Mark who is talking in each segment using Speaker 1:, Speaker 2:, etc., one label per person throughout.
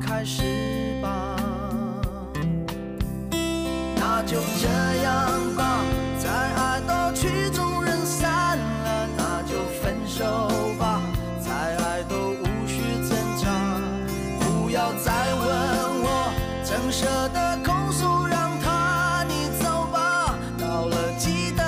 Speaker 1: 开始吧。那就这样吧，再爱到曲终人散了，那就分手吧，再爱都无需挣扎。不要再问我，怎舍得控诉让他你走吧，到了记得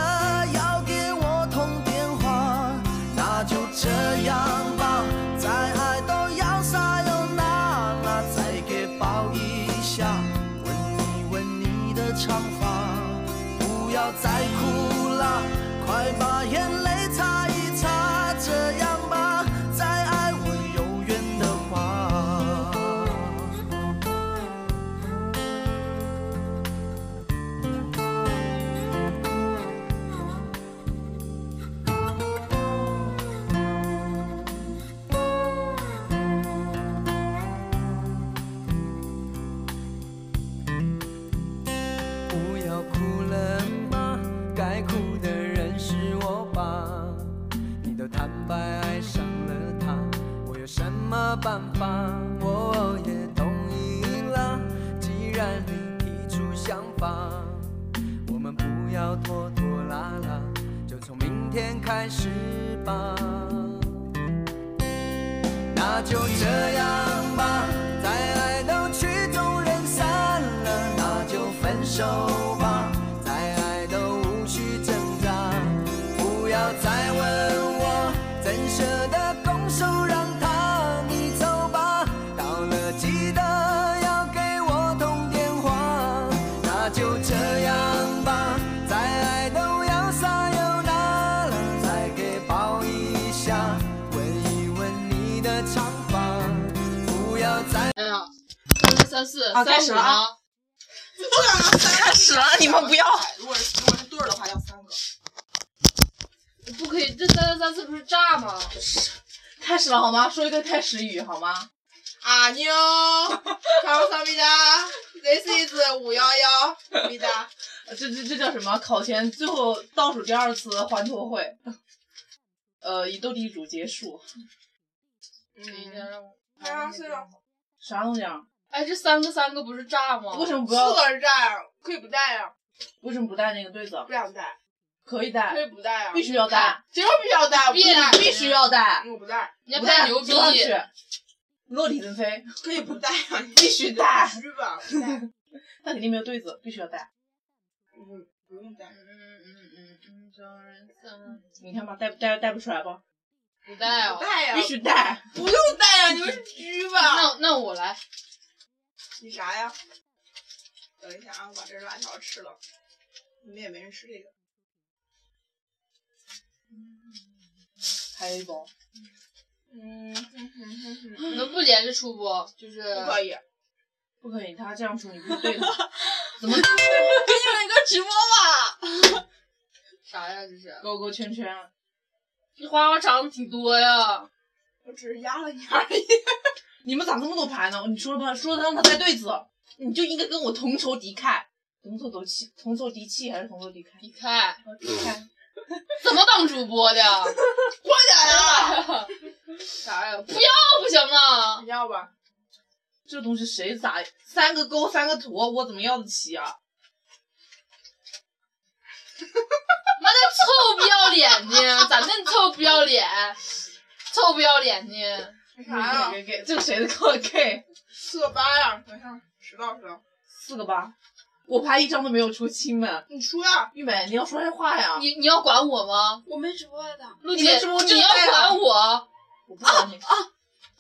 Speaker 1: 要给我通电话。那就这样吧，再爱都要撒又那拉，再给抱一下，吻一吻你的长发，不要再哭了，快把眼泪擦一擦，这样吧，再爱我有缘的话。
Speaker 2: 不要哭了吗？该哭的人是我吧？你都坦白爱上了他，我有什么办法？我也同意了，既然你提出想法，我们不要拖拖拉拉，就从明天开始吧。那就这样吧，再爱都曲终人散了，那就分手吧，再爱都无需挣扎，不要再问我怎舍得拱手让他你走吧，到了记得要给我通电话，那就这样吧，再爱都要撒又那了，再给抱一下，吻一吻你的长发，不要再。
Speaker 3: 哎呀，一二三四，
Speaker 4: 啊
Speaker 3: 三
Speaker 4: 开始
Speaker 3: 五
Speaker 4: 了啊
Speaker 3: 啊！
Speaker 4: 开始了，你们不要。
Speaker 5: 如果是如果是对儿的话，要三个。
Speaker 3: 不可以，这三三三四不是炸吗？
Speaker 4: 开始了好吗？说一个开始语好吗？
Speaker 5: 啊妞，卡布萨米达，This is 五幺幺米达。
Speaker 4: 呃这这这叫什么？考前最后倒数第二次环托会，呃，以斗地主结束。
Speaker 5: 嗯，哎呀，是啊，
Speaker 4: 啥东西啊？
Speaker 3: 哎，这三个三个不是炸吗？
Speaker 4: 为什么不
Speaker 5: 四
Speaker 4: 要？
Speaker 5: 个人带啊，可以不带呀？
Speaker 4: 为什么不带那个对子？啊
Speaker 5: 不想带，
Speaker 4: 可以
Speaker 5: 可
Speaker 4: 带，
Speaker 5: 以不带呀？
Speaker 4: 必须要带，
Speaker 5: 谁说必须要带？我不
Speaker 3: 必
Speaker 5: 带，
Speaker 4: 必须要带，
Speaker 5: 我不带，
Speaker 3: 人家
Speaker 4: 不
Speaker 3: 不
Speaker 4: 带
Speaker 3: 太牛逼，
Speaker 4: 不让去落地腾飞。
Speaker 5: 可以不带呀？你
Speaker 4: 必须带
Speaker 5: 必须吧？不带，
Speaker 4: 那肯定没有对子，必须要带。
Speaker 5: 嗯，不用带
Speaker 3: 嗯。嗯嗯嗯嗯，招人憎
Speaker 4: 你看吧，带带带不出来吧？
Speaker 3: 不带
Speaker 5: 不
Speaker 3: 啊。
Speaker 5: 带呀
Speaker 4: 必，须带。
Speaker 5: 不用带呀，你们是狙吧？
Speaker 3: 那那我来，
Speaker 5: 你啥呀？等一下啊，我把这辣条吃了。你们也没人吃这个。
Speaker 4: 还有一包，
Speaker 5: 嗯，
Speaker 3: 你们不连着出不？就是
Speaker 5: 不可以。
Speaker 4: 不可以，他这样说你不是对子。怎么
Speaker 5: 给你们一个直播吧。
Speaker 3: 啥呀？这是
Speaker 4: 勾勾圈啊圈？
Speaker 3: 这花花肠子挺多呀。
Speaker 5: 我只是压了你而已。
Speaker 4: 你们咋这么多牌呢？你说吧，说让他带对子，你就应该跟我同仇敌忾，同仇敌气，同仇敌气还是同仇敌忾？嗯
Speaker 3: 你看，
Speaker 4: 敌忾，
Speaker 3: 怎么当主播的？
Speaker 5: 快
Speaker 3: 啥呀？不要不行啊！
Speaker 5: 你要吧。
Speaker 4: 这东西谁咋三个勾三个坨，我怎么要得起啊？
Speaker 3: 妈的，臭不要脸的，咋那么臭不要脸？臭不要脸的，
Speaker 5: 啥啊呀？
Speaker 4: 给给给，这个谁的勾 K
Speaker 5: 四个八呀，等一下，十道十道。
Speaker 4: 四个八，我牌一张都没有出，亲们，
Speaker 5: 你输呀！
Speaker 4: 玉美你要说这话呀？
Speaker 3: 你你要管我吗？
Speaker 5: 我没直播的，
Speaker 3: 陆
Speaker 4: 你
Speaker 3: 姐，
Speaker 4: 们直播正
Speaker 3: 你要
Speaker 4: 在啊
Speaker 3: 管我？
Speaker 4: 我不管你，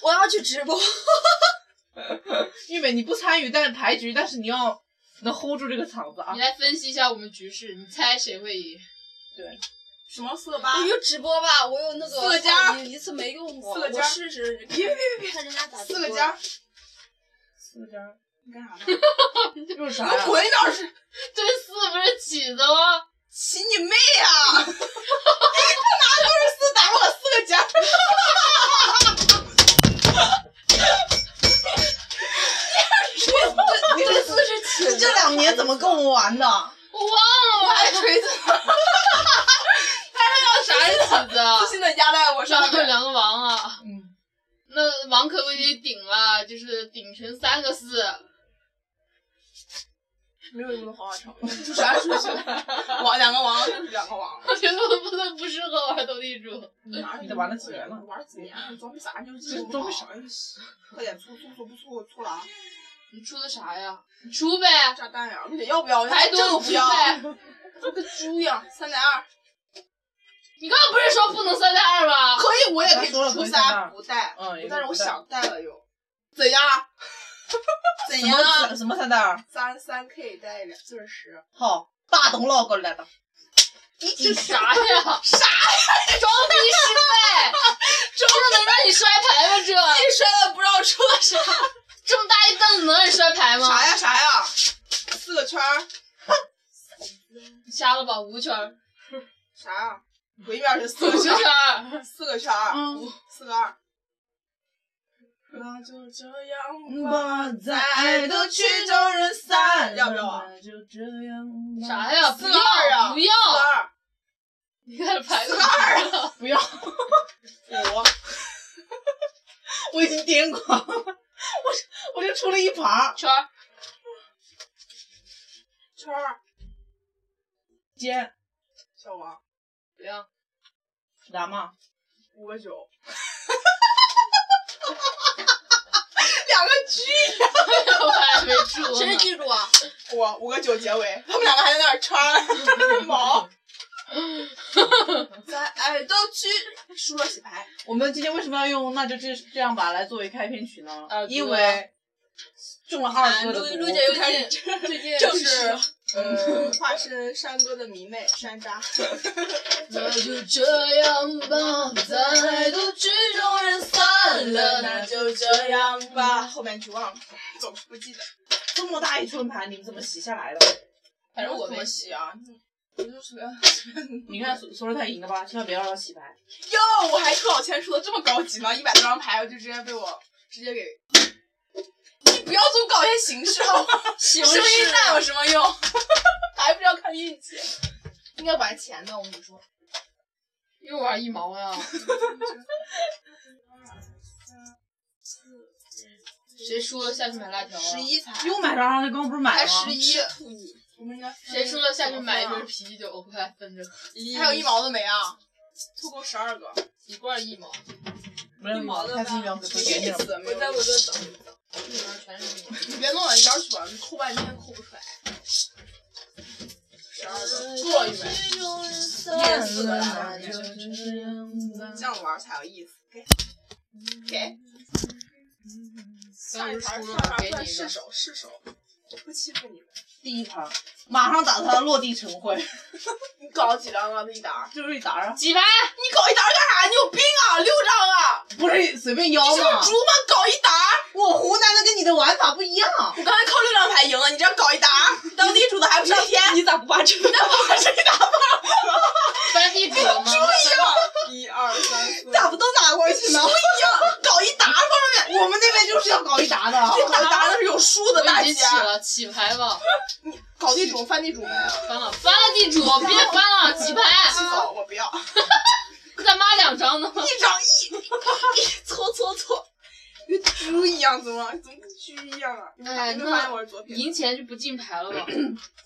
Speaker 5: 我要去直播。
Speaker 4: 玉美你不参与但是牌局，但是你要能 hold 住这个场子啊
Speaker 3: 你！来分析一下我们局势，你猜谁会赢？
Speaker 5: 什么四个八？
Speaker 6: 我就直播吧，我有那个
Speaker 5: 四个加
Speaker 6: 已经一次没用过，
Speaker 5: 四个加
Speaker 6: 我试试，别别别，看人家咋
Speaker 5: 四
Speaker 6: 直播
Speaker 5: 个加。
Speaker 4: 四个加，
Speaker 5: 你干啥呢？
Speaker 4: 这是
Speaker 5: 你
Speaker 4: 啥
Speaker 5: 给我
Speaker 4: 呀？
Speaker 5: 滚一边去！
Speaker 3: 这四不是起子吗？
Speaker 5: 起你妹呀！哎，他拿 都是四，打我四个加。
Speaker 4: 你这四是这两年怎么跟我玩的？
Speaker 3: 我忘了，
Speaker 5: 还哎 锤子，
Speaker 3: 我啥是起子啊
Speaker 5: 自？信的压在我上
Speaker 3: 上
Speaker 5: 面。
Speaker 3: 两个王啊！
Speaker 4: 嗯，
Speaker 3: 那王可不也顶了，就是顶成三个四。
Speaker 5: 没有你们黄
Speaker 4: 嗯
Speaker 5: 花成，
Speaker 4: 出啥出去？
Speaker 5: 王两个王就是两个 王，
Speaker 3: 我觉得我不能不适合玩斗地主。
Speaker 5: 哪
Speaker 4: 你得玩了几年了
Speaker 5: 玩几年了，装逼啥就
Speaker 4: 这装逼啥
Speaker 5: 呀？啊 快点出出出不出出了啊！
Speaker 3: 你出的啥呀？你出呗，
Speaker 5: 炸弹呀！你得要不要？
Speaker 3: 排
Speaker 5: 还
Speaker 3: 多你
Speaker 5: 真不
Speaker 3: 出
Speaker 5: 要，
Speaker 3: 呗。
Speaker 5: 跟个猪一样，三打二。
Speaker 3: 你刚刚不是说不能三带二吗？
Speaker 5: 可以，我也可以
Speaker 4: 说了不
Speaker 5: 出
Speaker 4: 带
Speaker 5: 三，不带，
Speaker 4: 嗯也可以
Speaker 5: 但是
Speaker 4: 不
Speaker 5: 我
Speaker 4: 带
Speaker 5: 想带了又，怎样？ 怎
Speaker 4: 什
Speaker 5: 样？啊
Speaker 4: 么三什么三代二？
Speaker 5: 三三 K 带两就是十，
Speaker 4: 好，大董老过来的。
Speaker 3: 是啥呀？啥 呀？装逼失败，这能让你摔牌吗？这
Speaker 5: 一摔了不知道出了啥
Speaker 3: 这么大一凳子能让你摔牌吗？
Speaker 5: 啥呀啥呀，四个圈儿
Speaker 3: 你瞎了吧，五圈儿，
Speaker 5: 啥呀？我一边是四
Speaker 3: 五
Speaker 5: 个
Speaker 3: 十
Speaker 5: 圈
Speaker 3: 圈
Speaker 5: 儿，
Speaker 3: 儿，
Speaker 5: 四个圈儿，
Speaker 4: 嗯
Speaker 5: 四个二。那就这样吧，
Speaker 4: 把在爱的曲中人散了，
Speaker 5: 要不要啊
Speaker 4: 那就这样吧。啊
Speaker 3: 啥呀？
Speaker 5: 四
Speaker 3: 不
Speaker 5: 个二
Speaker 3: 要，
Speaker 5: 啊
Speaker 3: 不要！
Speaker 5: 四个二
Speaker 3: 你开始排
Speaker 5: 四
Speaker 3: 个
Speaker 5: 个二
Speaker 3: 了。
Speaker 4: 不要，
Speaker 5: 五，
Speaker 4: 我已经癫狂了，我我就出了一盘儿。
Speaker 3: 圈儿，
Speaker 5: 圈儿，
Speaker 4: 接
Speaker 5: 小王
Speaker 3: 不要，
Speaker 4: 啥 嘛？
Speaker 5: 五个九。两个狙，
Speaker 3: 我还没出呢。
Speaker 6: 谁记住啊？
Speaker 5: 我五个九结尾，他们两个还在那儿圈 儿毛。咱哎都去输了洗牌，
Speaker 4: 我们今天为什么要用“那就这这样吧”来作为开篇曲呢？
Speaker 3: 啊对啊
Speaker 4: 因为中了二哥的
Speaker 6: 陆
Speaker 4: 毒。
Speaker 6: 陆姐又开
Speaker 5: 最
Speaker 6: 始 最近
Speaker 5: 正是呃化身山哥的迷妹山楂。
Speaker 3: 那就这样吧，再度曲终人 散了，那就这样
Speaker 5: 吧，后面去忘了，总是不记得。
Speaker 4: 这么大一圈盘，你们怎么洗下来的？
Speaker 3: 反正我
Speaker 5: 怎
Speaker 3: 没
Speaker 5: 么洗啊？我就 随便。
Speaker 4: 你看，所所以他赢了吧？千万别让他洗牌。
Speaker 5: 哟，我还特老钱说的这么高级呢，一百多张牌我就直接被我直接给。你不要总搞一些形啊式 好吗？
Speaker 3: 形
Speaker 5: 声音大有什么 用？还不是要看运气。应该玩钱的，我跟你说。
Speaker 3: 又玩一毛呀？ 谁输了下去买辣条啊？
Speaker 5: 十一才
Speaker 4: 又买张，他刚不是买
Speaker 5: 才
Speaker 4: 了吗
Speaker 5: 十？一，我们应该分
Speaker 3: 谁输了下去买一
Speaker 5: 怎么
Speaker 3: 瓶
Speaker 5: 分啊
Speaker 3: 啤酒，回来分着。
Speaker 5: 还有一毛都没啊！凑够十二个，
Speaker 3: 一罐一毛，
Speaker 4: 没有
Speaker 6: 毛的吧
Speaker 4: 他今天给
Speaker 5: 没
Speaker 4: 他点
Speaker 5: 意
Speaker 4: 点。
Speaker 5: 思。没
Speaker 6: 我在
Speaker 5: 有
Speaker 6: 我
Speaker 5: 意思
Speaker 6: 这等。
Speaker 3: 里面全是你。
Speaker 5: 你别弄了，摇去吧，你扣半天扣不出来。十二
Speaker 6: 哎
Speaker 5: 个，过一呗，
Speaker 4: 厌
Speaker 5: 死了那
Speaker 4: 就这样
Speaker 5: 这。样玩才有意思。给，给，上
Speaker 3: 刚
Speaker 5: 一
Speaker 3: 才
Speaker 5: 盘
Speaker 3: 输
Speaker 5: 上
Speaker 3: 了给
Speaker 5: 一盘快
Speaker 3: 你一
Speaker 5: 试
Speaker 3: 个。
Speaker 5: 手试手，我不欺负你们。
Speaker 4: 第一盘，马上打他落地成 灰，
Speaker 5: 你搞几张啊？那一打？
Speaker 4: 就是一打啊，
Speaker 3: 几盘？
Speaker 5: 你搞一打干啥？你有病啊！六张啊！
Speaker 4: 不是随便邀
Speaker 5: 你是
Speaker 4: 嘛
Speaker 5: 不是。猪吗？搞一打？
Speaker 4: 我湖南的跟你的玩法不一样，
Speaker 5: 我刚才靠六张牌赢了，你这样搞一打，当地主的还不上天？
Speaker 4: 你咋不把这
Speaker 5: 那我还是一打吧。
Speaker 3: 翻地主吗？
Speaker 5: 一二三 四
Speaker 4: 咋不都打过去呢？
Speaker 5: 搞一打方面，
Speaker 4: 我们那边就是要 搞一打的，啊
Speaker 5: 这打打的是有数的，大
Speaker 3: 我已
Speaker 5: 姐
Speaker 3: 经。起了，起牌吧，
Speaker 5: 搞地主翻地主没有？
Speaker 3: 翻了，翻了地主，别翻了，起牌。
Speaker 5: 气死我！我不要。
Speaker 3: 干嘛两张呢？
Speaker 5: 一张一，搓搓搓，跟猪 一样，怎么怎么跟猪一样啊？你
Speaker 3: 哎
Speaker 5: 们没发现我是左撇子？
Speaker 3: 赢钱就不进牌了吧？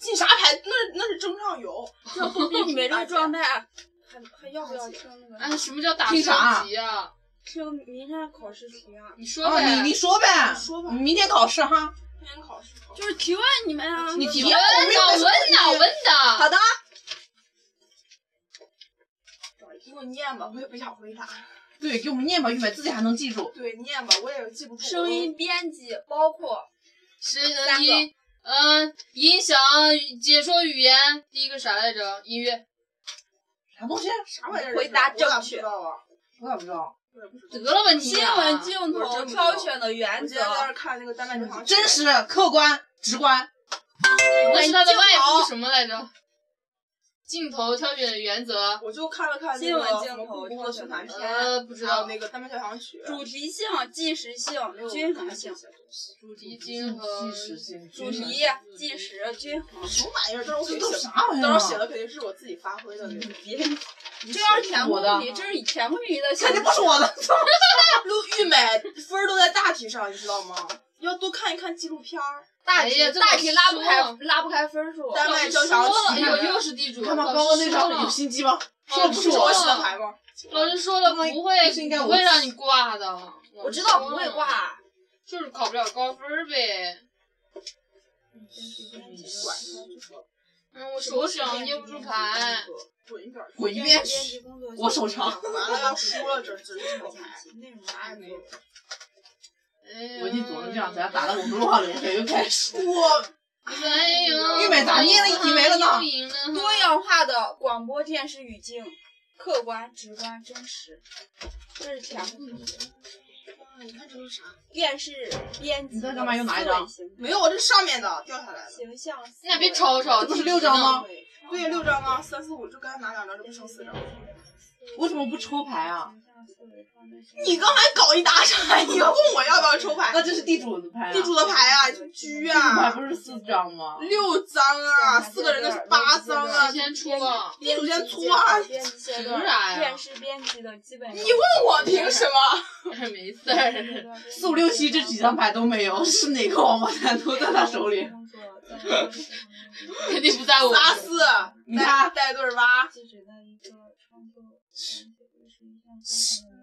Speaker 5: 进啥牌？那是那是中上游，要不
Speaker 6: 你没这个状态，还还要不
Speaker 5: 不
Speaker 6: 要
Speaker 5: 要
Speaker 6: 听那个？
Speaker 3: 哎，什么叫打
Speaker 4: 听啥
Speaker 3: 升级啊？
Speaker 6: 听明天考试题啊，
Speaker 3: 你说
Speaker 4: 啊，
Speaker 3: 呗。
Speaker 4: 你你说呗，
Speaker 5: 说吧
Speaker 4: 你明天考试哈，
Speaker 5: 天天考试考。
Speaker 6: 就是提问你们啊。
Speaker 4: 你提
Speaker 3: 问
Speaker 4: 问，我们又没
Speaker 3: 呐
Speaker 4: 说
Speaker 3: 问呐
Speaker 4: 你
Speaker 3: 问呐，
Speaker 4: 的，
Speaker 5: 给我念吧，我也不想回答。
Speaker 4: 对，给我们念吧，玉梅自己还能记住。
Speaker 5: 对，念吧，我也记不住。
Speaker 6: 声音编辑包括
Speaker 3: 谁
Speaker 6: 三
Speaker 3: 能
Speaker 6: 个
Speaker 3: 音？嗯，音响、解说语言，第一个啥来着？音乐。
Speaker 4: 啥东西？
Speaker 5: 啥玩意儿？
Speaker 6: 回答
Speaker 5: 我咋
Speaker 6: 正
Speaker 5: 不
Speaker 6: 确
Speaker 5: 知道啊？
Speaker 4: 我咋不知道？
Speaker 5: 我也不知道。
Speaker 3: 得了吧你
Speaker 6: 新
Speaker 3: 啊！
Speaker 6: 闻镜
Speaker 5: 我
Speaker 6: 头
Speaker 5: 真不知道
Speaker 6: 挑选的
Speaker 5: 我
Speaker 6: 原
Speaker 5: 今
Speaker 6: 则
Speaker 5: 天在那儿看那个丹麦女皇，
Speaker 4: 真实、客观、直观。
Speaker 3: 那是它的
Speaker 6: 镜
Speaker 3: 外
Speaker 6: 头
Speaker 3: 部什么来着？镜头挑选原则。
Speaker 5: 我就看了看那
Speaker 6: 新
Speaker 5: 个
Speaker 6: 闻
Speaker 5: 什
Speaker 6: 镜
Speaker 5: 么
Speaker 6: 头
Speaker 5: 故宫的宣传片，
Speaker 3: 呃，不知
Speaker 5: 还有
Speaker 3: 道。
Speaker 5: 那个丹麦交响曲，
Speaker 6: 主题性、即时性
Speaker 5: 没有、
Speaker 6: 均
Speaker 5: 看
Speaker 6: 衡
Speaker 5: 这些
Speaker 6: 性
Speaker 5: 东。西
Speaker 3: 主题经和
Speaker 4: 计时性
Speaker 6: 主题、计时、均衡。
Speaker 5: 什么玩意儿？到时候我
Speaker 4: 这
Speaker 5: 给
Speaker 4: 都
Speaker 5: 写
Speaker 4: 啥
Speaker 5: 吧。
Speaker 4: 玩意儿啊？
Speaker 5: 到时候写的肯定是我自己发挥的那种。
Speaker 6: 别这要是填
Speaker 4: 我
Speaker 6: 空
Speaker 4: 的
Speaker 6: 题，这是填空题的小
Speaker 4: 肯定不是我的。
Speaker 5: 陆玉美分儿都在大题上，你知道吗？要多看一看纪录片儿。
Speaker 6: 大
Speaker 3: 哎
Speaker 6: 题
Speaker 3: 呀这
Speaker 6: 大
Speaker 3: 么
Speaker 6: 题拉不
Speaker 3: 说
Speaker 6: 开
Speaker 3: 呢
Speaker 6: 拉不开分数。
Speaker 5: 丹麦交响
Speaker 3: 说了，
Speaker 5: 曲，
Speaker 3: 又又是地主，
Speaker 4: 看吧，刚
Speaker 3: 老
Speaker 4: 刚
Speaker 3: 师
Speaker 4: 那
Speaker 3: 说
Speaker 4: 张有
Speaker 3: 了，
Speaker 4: 心机吗？
Speaker 3: 哦
Speaker 5: 这不是我洗的牌吗？
Speaker 3: 老师说了
Speaker 4: 那
Speaker 3: 不会
Speaker 4: 就是应该
Speaker 3: 不
Speaker 4: 我
Speaker 3: 会让你挂的，
Speaker 6: 我知道不会，挂，
Speaker 3: 就是考不了高分儿呗。嗯，我手长捏不住牌，
Speaker 5: 滚一边儿去！
Speaker 4: 滚一边去！我手长，
Speaker 5: 完了要输了，这真是啥也没有。
Speaker 3: 哎呀，
Speaker 4: 我一琢磨这样，啊咱打的我们落花流水又开始。
Speaker 5: 我
Speaker 3: 咱赢，
Speaker 4: 玉美咋捏了一题没了呢
Speaker 3: 又赢
Speaker 5: 嗯
Speaker 3: 了哈
Speaker 6: 多样化的广播电视语境，客观、直观、真实，这是填空题。
Speaker 3: 你看这是啥？
Speaker 6: 电视编辑
Speaker 4: 你
Speaker 6: 的
Speaker 4: 在干嘛又拿一
Speaker 6: 思维
Speaker 4: 张
Speaker 6: 形
Speaker 5: 没有，我这上面的掉下来的。
Speaker 6: 形象思维，
Speaker 3: 那别吵吵，
Speaker 4: 这不是六张吗？
Speaker 5: 对，六张啊，三四五就刚才拿两张，这不剩四张。
Speaker 4: 为什么不抽牌啊？
Speaker 5: 你刚才搞一大啥？你要问我要不要抽牌
Speaker 4: 那？这是地主的牌啊。
Speaker 5: 地主的牌啊，就
Speaker 4: 地
Speaker 5: 狙
Speaker 4: 主牌
Speaker 6: 嗯
Speaker 4: 不
Speaker 5: 啊，
Speaker 4: 是四张吗？
Speaker 5: 六张啊，四个人的是八张啊。
Speaker 3: 谁先出啊？
Speaker 5: 地主先
Speaker 6: 粗
Speaker 5: 搓啊！
Speaker 6: 编辑写
Speaker 3: 图
Speaker 6: 的
Speaker 3: 啥呀
Speaker 6: 电视编辑的基本
Speaker 5: 你问我凭什么？
Speaker 3: 没事儿，
Speaker 4: 四五六七这几张牌都没有，是哪个王八蛋都在他手里？
Speaker 3: 肯定不在 我。
Speaker 5: 仨四，
Speaker 4: 你看
Speaker 5: 带带对儿八，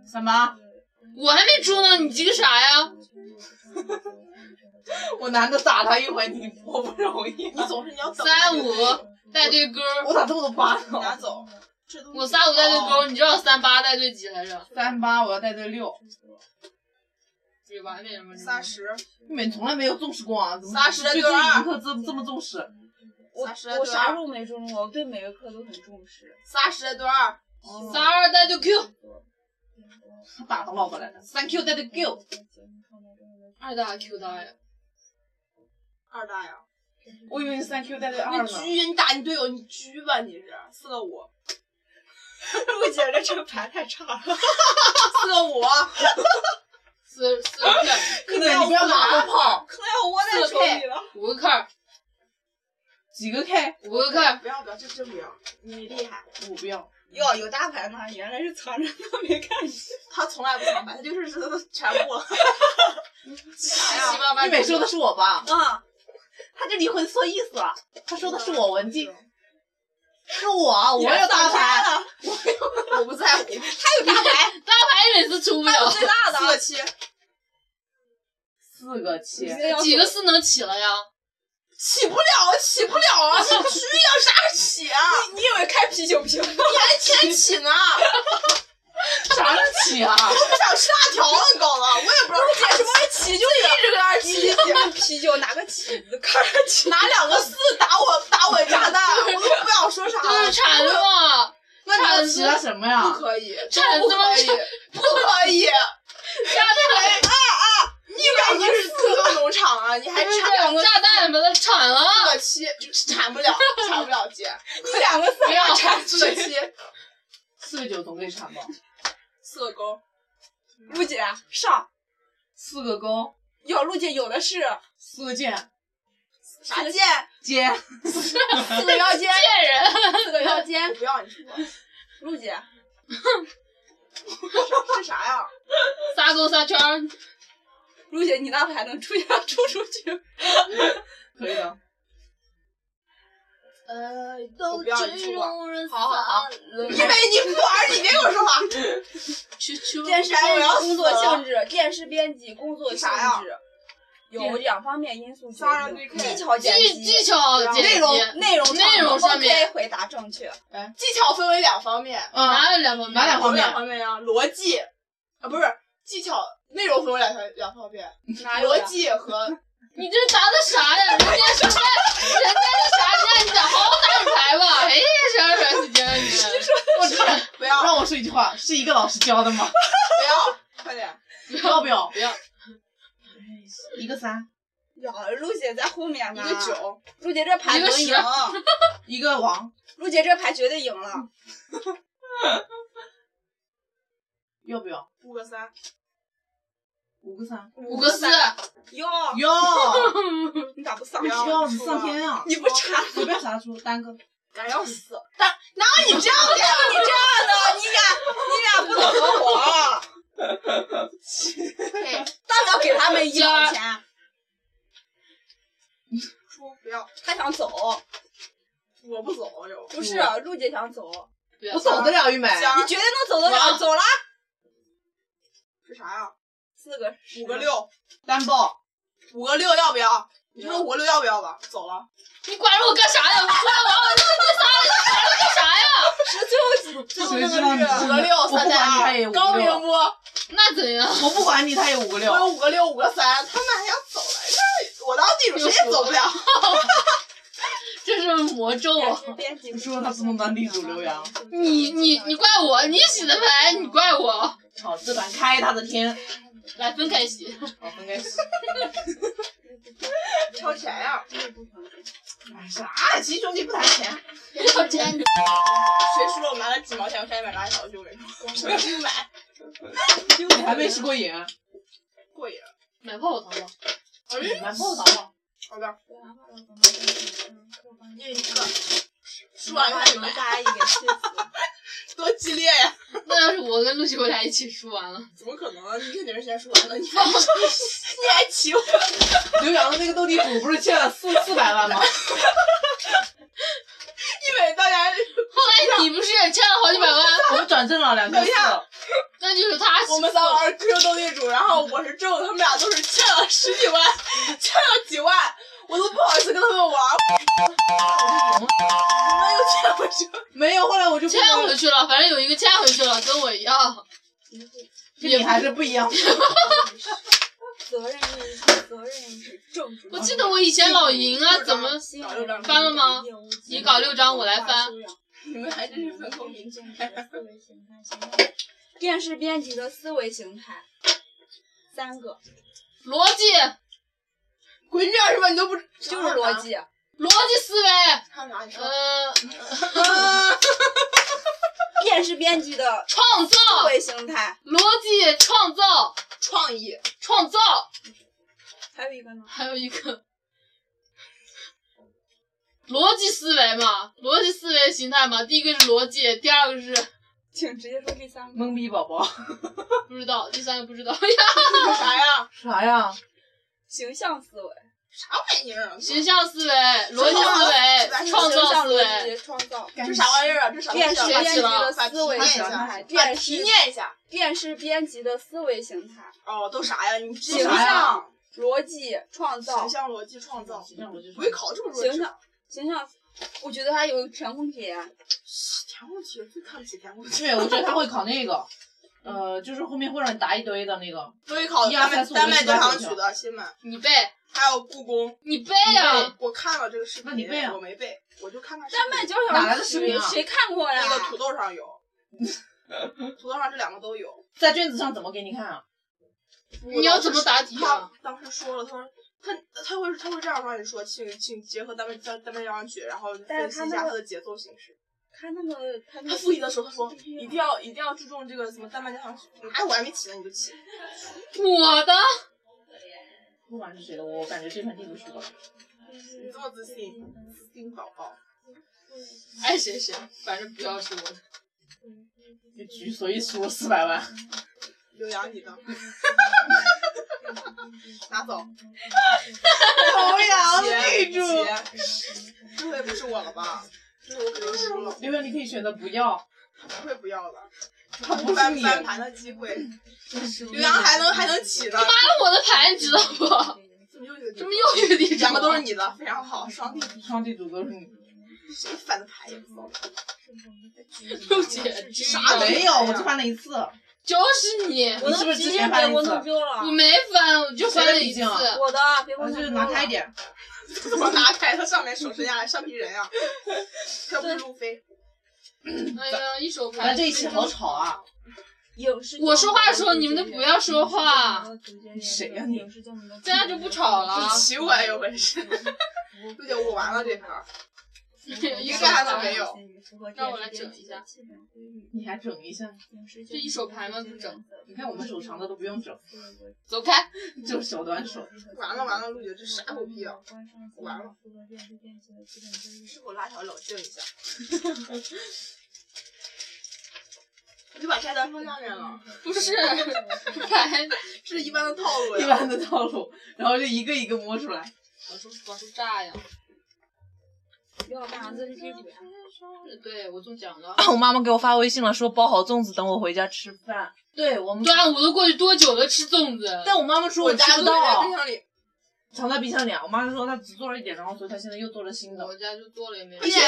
Speaker 4: 什么？
Speaker 3: 我还没出呢，你急个啥呀？
Speaker 4: 我难得打他一回，你我不容易。
Speaker 5: 你总是你要等
Speaker 3: 三五带对勾儿，
Speaker 4: 我咋这么多八
Speaker 5: 你拿
Speaker 4: 呢？
Speaker 5: 走。这都
Speaker 3: 我三五带对勾儿，你知道三八带对几来着？
Speaker 4: 三八，我要带对六。
Speaker 3: 对吧？那什么？
Speaker 5: 三。十，
Speaker 4: 你们从来没有重视过啊？怎么
Speaker 5: 仨十
Speaker 4: 对
Speaker 5: 对二
Speaker 4: 这一课这么这么重视？
Speaker 6: 我
Speaker 5: 仨十来
Speaker 6: 我
Speaker 5: 对
Speaker 6: 啥时
Speaker 5: 二，
Speaker 6: 候没注重过？我对每个课都很重视。
Speaker 5: 仨十来对二，
Speaker 3: 三二带对 Q，
Speaker 4: 他打到老婆来了。三 Q 带对 Q，
Speaker 3: 二大 Q 大呀。
Speaker 5: 二大呀。
Speaker 4: 我以为你三 Q 带对
Speaker 5: 你
Speaker 4: 二呢。
Speaker 5: 狙，你打你队友，你狙吧你是四个五，
Speaker 2: 我觉得这个牌太差了。
Speaker 5: 四个五，
Speaker 3: 四四个 K，
Speaker 4: 可能你不要马后炮。
Speaker 2: 可要窝
Speaker 5: 在手里
Speaker 2: 了。
Speaker 3: 五个 K，
Speaker 4: 几个 K？
Speaker 3: 五个 K，
Speaker 5: 哎不要不要，这真不要，你厉害。
Speaker 4: 我不要。
Speaker 2: 哟，有大
Speaker 5: 哎
Speaker 2: 牌吗？原来是藏着都没看见。
Speaker 5: 他从来不藏牌，他就是这都全部了。
Speaker 3: 七
Speaker 5: 啥
Speaker 3: 七
Speaker 5: 呀？
Speaker 3: 八八。
Speaker 4: 玉美说的是我吧？
Speaker 5: 啊，
Speaker 4: 他这离婚错意思了。他说的是我文静，是我，我要打
Speaker 5: 打
Speaker 4: 牌。
Speaker 5: 了，我不在乎。
Speaker 3: 大牌，大牌每次出不了。
Speaker 5: 最大的
Speaker 4: 啊
Speaker 5: 四个七，
Speaker 4: 四个七，
Speaker 3: 几个四能起了呀？
Speaker 5: 起不了，起不了啊！这狙要啥起啊？
Speaker 2: 你以为开啤酒瓶？
Speaker 5: 你还天起呢？
Speaker 4: 啥叫七啊？
Speaker 5: 我不想吃辣条了，搞了，我也不知道是开什么起，就一直搁那
Speaker 2: 你
Speaker 5: 起，
Speaker 2: 啤酒拿个起子看上去。
Speaker 5: 拿两个四打我，打我炸弹，我都不想说啥
Speaker 3: 就是
Speaker 5: 了。
Speaker 3: 铲子嘛，
Speaker 4: 那
Speaker 3: 铲
Speaker 4: 你
Speaker 3: 子
Speaker 4: 起了啊什么
Speaker 5: 不
Speaker 4: 呀？
Speaker 5: 可以，
Speaker 3: 铲
Speaker 5: 不
Speaker 3: 子嘛
Speaker 5: 可以，不可以。哎
Speaker 3: 炸弹，
Speaker 5: 你感觉是特种农场啊？你还差两个
Speaker 3: 炸弹把它铲了，
Speaker 5: 个七，就是铲不了，铲不了姐，
Speaker 2: 你两个
Speaker 3: 不要铲
Speaker 5: 四个七，
Speaker 4: 四个九总给铲吧。
Speaker 5: 四个勾，
Speaker 2: 陆姐上，
Speaker 4: 四个勾，
Speaker 2: 有陆姐有的是
Speaker 4: 四个键，
Speaker 5: 啥
Speaker 2: 四
Speaker 5: 剑？
Speaker 4: 接
Speaker 2: 四个腰间，
Speaker 3: 贱人，
Speaker 2: 四个腰间。
Speaker 5: 我不要你说，
Speaker 2: 陆姐，
Speaker 5: 是啥呀？
Speaker 3: 仨勾仨圈儿，
Speaker 2: 陆姐，你那牌能出去 出出去？
Speaker 4: 可以的。
Speaker 5: 我不要你说话。
Speaker 2: 好好好，
Speaker 5: 因为你不玩，你别跟我说话。
Speaker 3: 去去
Speaker 6: 电视
Speaker 5: 哎我
Speaker 6: 编
Speaker 5: 要
Speaker 6: 辑
Speaker 5: 死
Speaker 6: 工作
Speaker 5: 了
Speaker 6: 性质，电视编辑工作性
Speaker 5: 啥呀
Speaker 6: 质有两方面因素决
Speaker 5: 三二
Speaker 6: 定：
Speaker 5: 对 K
Speaker 6: 技巧剪
Speaker 3: 技技
Speaker 6: 辑、
Speaker 3: 巧剪
Speaker 2: 内容
Speaker 3: 辑，
Speaker 2: 内容场
Speaker 3: 内容上面
Speaker 2: OK 回答正 确，
Speaker 5: 技巧分为两方面，
Speaker 4: 嗯，
Speaker 3: 哪有两方面？
Speaker 4: 哪两方
Speaker 5: 有
Speaker 4: 面
Speaker 5: 两方面啊，逻辑啊不是技巧，内容分为两条两方面，
Speaker 2: 哪有呀
Speaker 5: 逻辑 和
Speaker 3: 你这答的啥呀？人家是在，人家是啥？人家你咋好好打会牌吧？哎，啥啥事情啊你？
Speaker 4: 我知道。
Speaker 5: 不要
Speaker 4: 让我说一句话，是一个老师教的吗？
Speaker 5: 不 要，快点。
Speaker 4: 要不要？
Speaker 3: 不要，
Speaker 4: 哎一个三，
Speaker 5: 啊
Speaker 2: 呀，陆姐在后面
Speaker 5: 一
Speaker 2: 呢。
Speaker 5: 个，啊九，
Speaker 2: 陆姐这牌
Speaker 3: 一个
Speaker 2: 能
Speaker 3: 十
Speaker 2: 赢，
Speaker 4: 一个王，
Speaker 2: 陆姐这牌绝对赢了。
Speaker 5: 嗯
Speaker 4: 要不要？
Speaker 5: 五个三，
Speaker 4: 五个三，
Speaker 3: 五个四，
Speaker 2: 哟，
Speaker 4: 要，
Speaker 2: 你咋不上
Speaker 5: 不
Speaker 2: 去？
Speaker 5: 要
Speaker 4: 要你上天啊！
Speaker 2: 你不查？
Speaker 4: 随便啥出单个，
Speaker 5: 敢要 死？
Speaker 6: 哪有你这样的？你这样的，你俩你俩不能合 伙啊。对大不了给他们一毛钱。
Speaker 5: 说不要，
Speaker 6: 他想走，
Speaker 5: 我不走就。
Speaker 6: 不是
Speaker 3: 嗯
Speaker 6: 啊陆姐想走，你
Speaker 4: 我走得了玉梅，
Speaker 5: 加
Speaker 6: 绝对能走得
Speaker 4: 我
Speaker 6: 了。走了，
Speaker 5: 是啥呀？
Speaker 6: 四个
Speaker 5: 五个六单报，五个六要不要？你就说五个六要不要吧？走了。
Speaker 3: 你管着我干啥呀？我出来玩，我那仨人管着我干啥呀？
Speaker 6: 十最后几最后
Speaker 4: 谁
Speaker 6: 那
Speaker 4: 知道你
Speaker 6: 个
Speaker 4: 是
Speaker 5: 五个六
Speaker 4: 我不管
Speaker 5: 三
Speaker 4: 你，他
Speaker 5: 三
Speaker 4: 也
Speaker 5: 二，
Speaker 4: 五
Speaker 5: 高
Speaker 4: 个
Speaker 5: 明
Speaker 4: 六，
Speaker 5: 波，
Speaker 3: 那怎样？
Speaker 4: 我不管你，他也五个
Speaker 5: 我有
Speaker 4: 六。
Speaker 5: 五个六五个三，他们还想走来着，我当地主谁也走不了。
Speaker 3: 这是魔咒
Speaker 6: 也
Speaker 3: 啊！
Speaker 6: 是编辑
Speaker 4: 我说他不能当地主留洋，
Speaker 3: 你你你怪我，你洗的牌，你怪我。
Speaker 4: 好，这盘开他的天，
Speaker 3: 来分开洗，
Speaker 4: 好分开洗。
Speaker 5: 挑钱呀？
Speaker 4: 哎啥？亲兄弟不谈钱。
Speaker 3: 要钱
Speaker 5: 谁输了我拿了几毛钱，我下去买辣条去，我跟你说，我去买。
Speaker 4: 因为你还没吃过瘾，
Speaker 5: 过瘾。
Speaker 3: 买泡泡糖吧。
Speaker 4: 买泡泡糖吧。
Speaker 5: 好的，
Speaker 6: 一人一个，
Speaker 5: 输完了
Speaker 6: 你们仨一个气死。
Speaker 5: 多激烈呀！
Speaker 3: 那要是我跟陆琪，我俩一起输完了，
Speaker 5: 怎么可能啊？你肯定是先输完的， 你你还骑我？
Speaker 4: 刘洋的那个斗地主不是欠了四四百万吗？
Speaker 5: 一美当然，
Speaker 3: 后来你不是也欠了好几百 万？
Speaker 4: 我们转正了两千
Speaker 5: 等一下
Speaker 4: 四，
Speaker 3: 那就是他
Speaker 5: 我们三个玩 Q 斗地主，然后我是正，他们俩都是欠了十几万，欠了几万，我都不好意思跟他们玩，
Speaker 4: 我就赢了。
Speaker 5: 你们又欠回去了。
Speaker 4: 没有，后来我就不
Speaker 3: 欠
Speaker 4: 玩了
Speaker 3: 回去了，反正有一个欠回去了，跟我一样。
Speaker 4: 跟你还是不一样。
Speaker 6: 责任意识，责任意识，正直。
Speaker 3: 我记得我以前老赢啊，怎么？翻了吗？你搞六张我来翻。
Speaker 5: 你们还真是分公平。
Speaker 6: 电视编辑的思维形态，三个，
Speaker 3: 逻辑，
Speaker 5: 滚卷是吧？你都不
Speaker 6: 就是逻。辑。
Speaker 3: 逻辑思维，
Speaker 5: 他们拿你说。
Speaker 3: 呃，
Speaker 6: 电视编辑的
Speaker 3: 创造，
Speaker 6: 思维形态，
Speaker 3: 逻辑创造，
Speaker 5: 创意，
Speaker 3: 创造，
Speaker 6: 还有一个呢，
Speaker 3: 还有一个逻辑思维嘛，逻辑思维形态嘛，第一个是逻辑，第二个是
Speaker 6: 请直接说第三个。
Speaker 4: 懵逼宝宝，
Speaker 3: 不知道，第三个不知道呀，
Speaker 5: 说啥呀？
Speaker 4: 啥呀？
Speaker 6: 形象思维，
Speaker 5: 啥玩意儿啊？
Speaker 3: 形象思维、逻辑思维、嗯创
Speaker 6: 形
Speaker 3: 造
Speaker 6: 象
Speaker 3: 思维，
Speaker 6: 逻辑，创造。
Speaker 5: 这啥玩意儿啊？这啥
Speaker 6: 电视
Speaker 5: 东西
Speaker 6: 编
Speaker 5: 啊？
Speaker 6: 辑的思维形
Speaker 5: 把
Speaker 6: 态，
Speaker 5: 啊把
Speaker 6: 电视
Speaker 5: 题念一下。
Speaker 6: 电视编辑的思维形态，
Speaker 5: 哦，都啥呀？你这
Speaker 6: 形
Speaker 5: 啥呀？
Speaker 6: 象、逻辑、创造
Speaker 5: 形、象逻辑创造，嗯
Speaker 4: 形象逻辑
Speaker 5: 不会考这么多。
Speaker 6: 形象、形象。我觉得还有填空题，
Speaker 5: 填空题最看不起填空题，
Speaker 4: 对，我觉得他会考那个，呃，就是后面会让你答一堆的那个。
Speaker 5: 所以考
Speaker 4: 一二
Speaker 5: 丹
Speaker 4: 三
Speaker 5: 麦
Speaker 4: 四五
Speaker 5: 丹
Speaker 4: 六七八
Speaker 5: 麦交
Speaker 4: 九
Speaker 5: 响
Speaker 4: 条
Speaker 5: 曲的新闻，
Speaker 3: 你背，
Speaker 5: 还有故宫。
Speaker 3: 你背啊，
Speaker 5: 我看了这个视频，
Speaker 4: 那你背啊
Speaker 5: 我没背，我就看看视频。
Speaker 6: 丹麦交
Speaker 4: 哪来
Speaker 6: 响
Speaker 4: 的视
Speaker 6: 曲
Speaker 4: 频啊
Speaker 6: 谁看过呀？
Speaker 5: 那个土豆上有，土豆上这两个都有。
Speaker 4: 在卷子上怎么给你看啊？
Speaker 3: 你要怎么答题啊？
Speaker 5: 他当时说了，他说他他会他会这样让你说，请请结合丹麦交丹麦交响曲，然后
Speaker 6: 但
Speaker 5: 分
Speaker 6: 是
Speaker 5: 析
Speaker 6: 他
Speaker 5: 一
Speaker 6: 那
Speaker 5: 下
Speaker 6: 个
Speaker 5: 它的节奏形式。
Speaker 6: 他那个他那
Speaker 5: 他
Speaker 6: 个
Speaker 5: 复习的时候，他说一定要一定要注重这个什么丹麦交响曲。哎，我还没起呢，你就起。
Speaker 3: 我的
Speaker 4: 不管是谁的，我感觉这盘地图输了。
Speaker 5: 你这么自信，自信宝宝。
Speaker 3: 爱谁谁，反正不要是我的。
Speaker 4: 这局所以输了四百万。
Speaker 5: 刘洋， 你的，拿走。
Speaker 4: 刘洋
Speaker 5: 地
Speaker 4: 地
Speaker 5: 主
Speaker 4: 主，
Speaker 5: 这回不是我了吧？这回我肯定输了，
Speaker 4: 刘洋，你可以选择不要。
Speaker 5: 不会不要了。
Speaker 4: 他不是
Speaker 5: 翻
Speaker 4: 你，
Speaker 5: 翻盘的机会，刘洋还能还能起呢，
Speaker 3: 那我的牌你知道不？
Speaker 5: 怎么又有
Speaker 3: 怎么又一个地啊方
Speaker 5: 两个都是你的，非常好，双地
Speaker 4: 双地主都是你。
Speaker 5: 谁翻的牌也不错。
Speaker 3: 六姐，
Speaker 5: 啥
Speaker 3: 没？
Speaker 4: 没有，我就翻了一次。
Speaker 3: 就是你，
Speaker 6: 我
Speaker 4: 你是不
Speaker 6: 能
Speaker 4: 是
Speaker 6: 直
Speaker 4: 之
Speaker 6: 接
Speaker 4: 前翻
Speaker 6: 别
Speaker 4: 了
Speaker 6: 我
Speaker 4: 一次
Speaker 6: 弄丢了
Speaker 3: 我。没翻，我就翻了一次
Speaker 4: 谁。的
Speaker 6: 我的别
Speaker 4: 啊
Speaker 6: 我弄
Speaker 4: 就
Speaker 6: 丢
Speaker 4: 是
Speaker 6: 了。
Speaker 4: 拿开一点。
Speaker 5: 怎么拿开？他上面手伸下来，上皮人呀、这不是路飞，
Speaker 3: 哎呀，一手牌。
Speaker 4: 咱这一期好吵啊！
Speaker 6: 影视。
Speaker 3: 我说话的时候你们都不要说话。
Speaker 4: 谁呀你？
Speaker 3: 这样就不吵了
Speaker 5: 起我呀，有本事。对姐，我完了这盘儿，一个还倒没有。
Speaker 6: 符合
Speaker 3: 让我来
Speaker 6: 电视
Speaker 3: 整
Speaker 6: 编
Speaker 3: 一
Speaker 6: 辑
Speaker 3: 下
Speaker 6: 的基本规律
Speaker 4: 你还整一下，
Speaker 6: 影视
Speaker 3: 这一手牌吗不整。
Speaker 4: 你看我们手长的都不用整，
Speaker 3: 走开！
Speaker 4: 就是手短手。
Speaker 5: 完了完了陆姐这啥狗屁啊！完了。是否拉条冷静一下？我就把菜单放下面了，
Speaker 3: 不是，来，
Speaker 5: 这是一般的套路
Speaker 4: 一
Speaker 5: 呀。
Speaker 4: 般的套路，然后就一个一个摸出来。
Speaker 3: 往出往出炸呀！
Speaker 6: 撂大子这几遍。
Speaker 3: 对我中奖了。
Speaker 4: 我妈妈给我发微信了，说包好粽子等我回家吃饭。对我们，
Speaker 3: 端午啊都过去多久了？吃粽子？
Speaker 4: 但我妈妈说我
Speaker 5: 家
Speaker 4: 吃不
Speaker 5: 都在
Speaker 4: 到
Speaker 5: 冰，箱里，
Speaker 4: 藏在冰箱里啊。我妈说她只做了一点，然后所以她现在又做了新的。
Speaker 3: 我家就做了也没
Speaker 5: 一年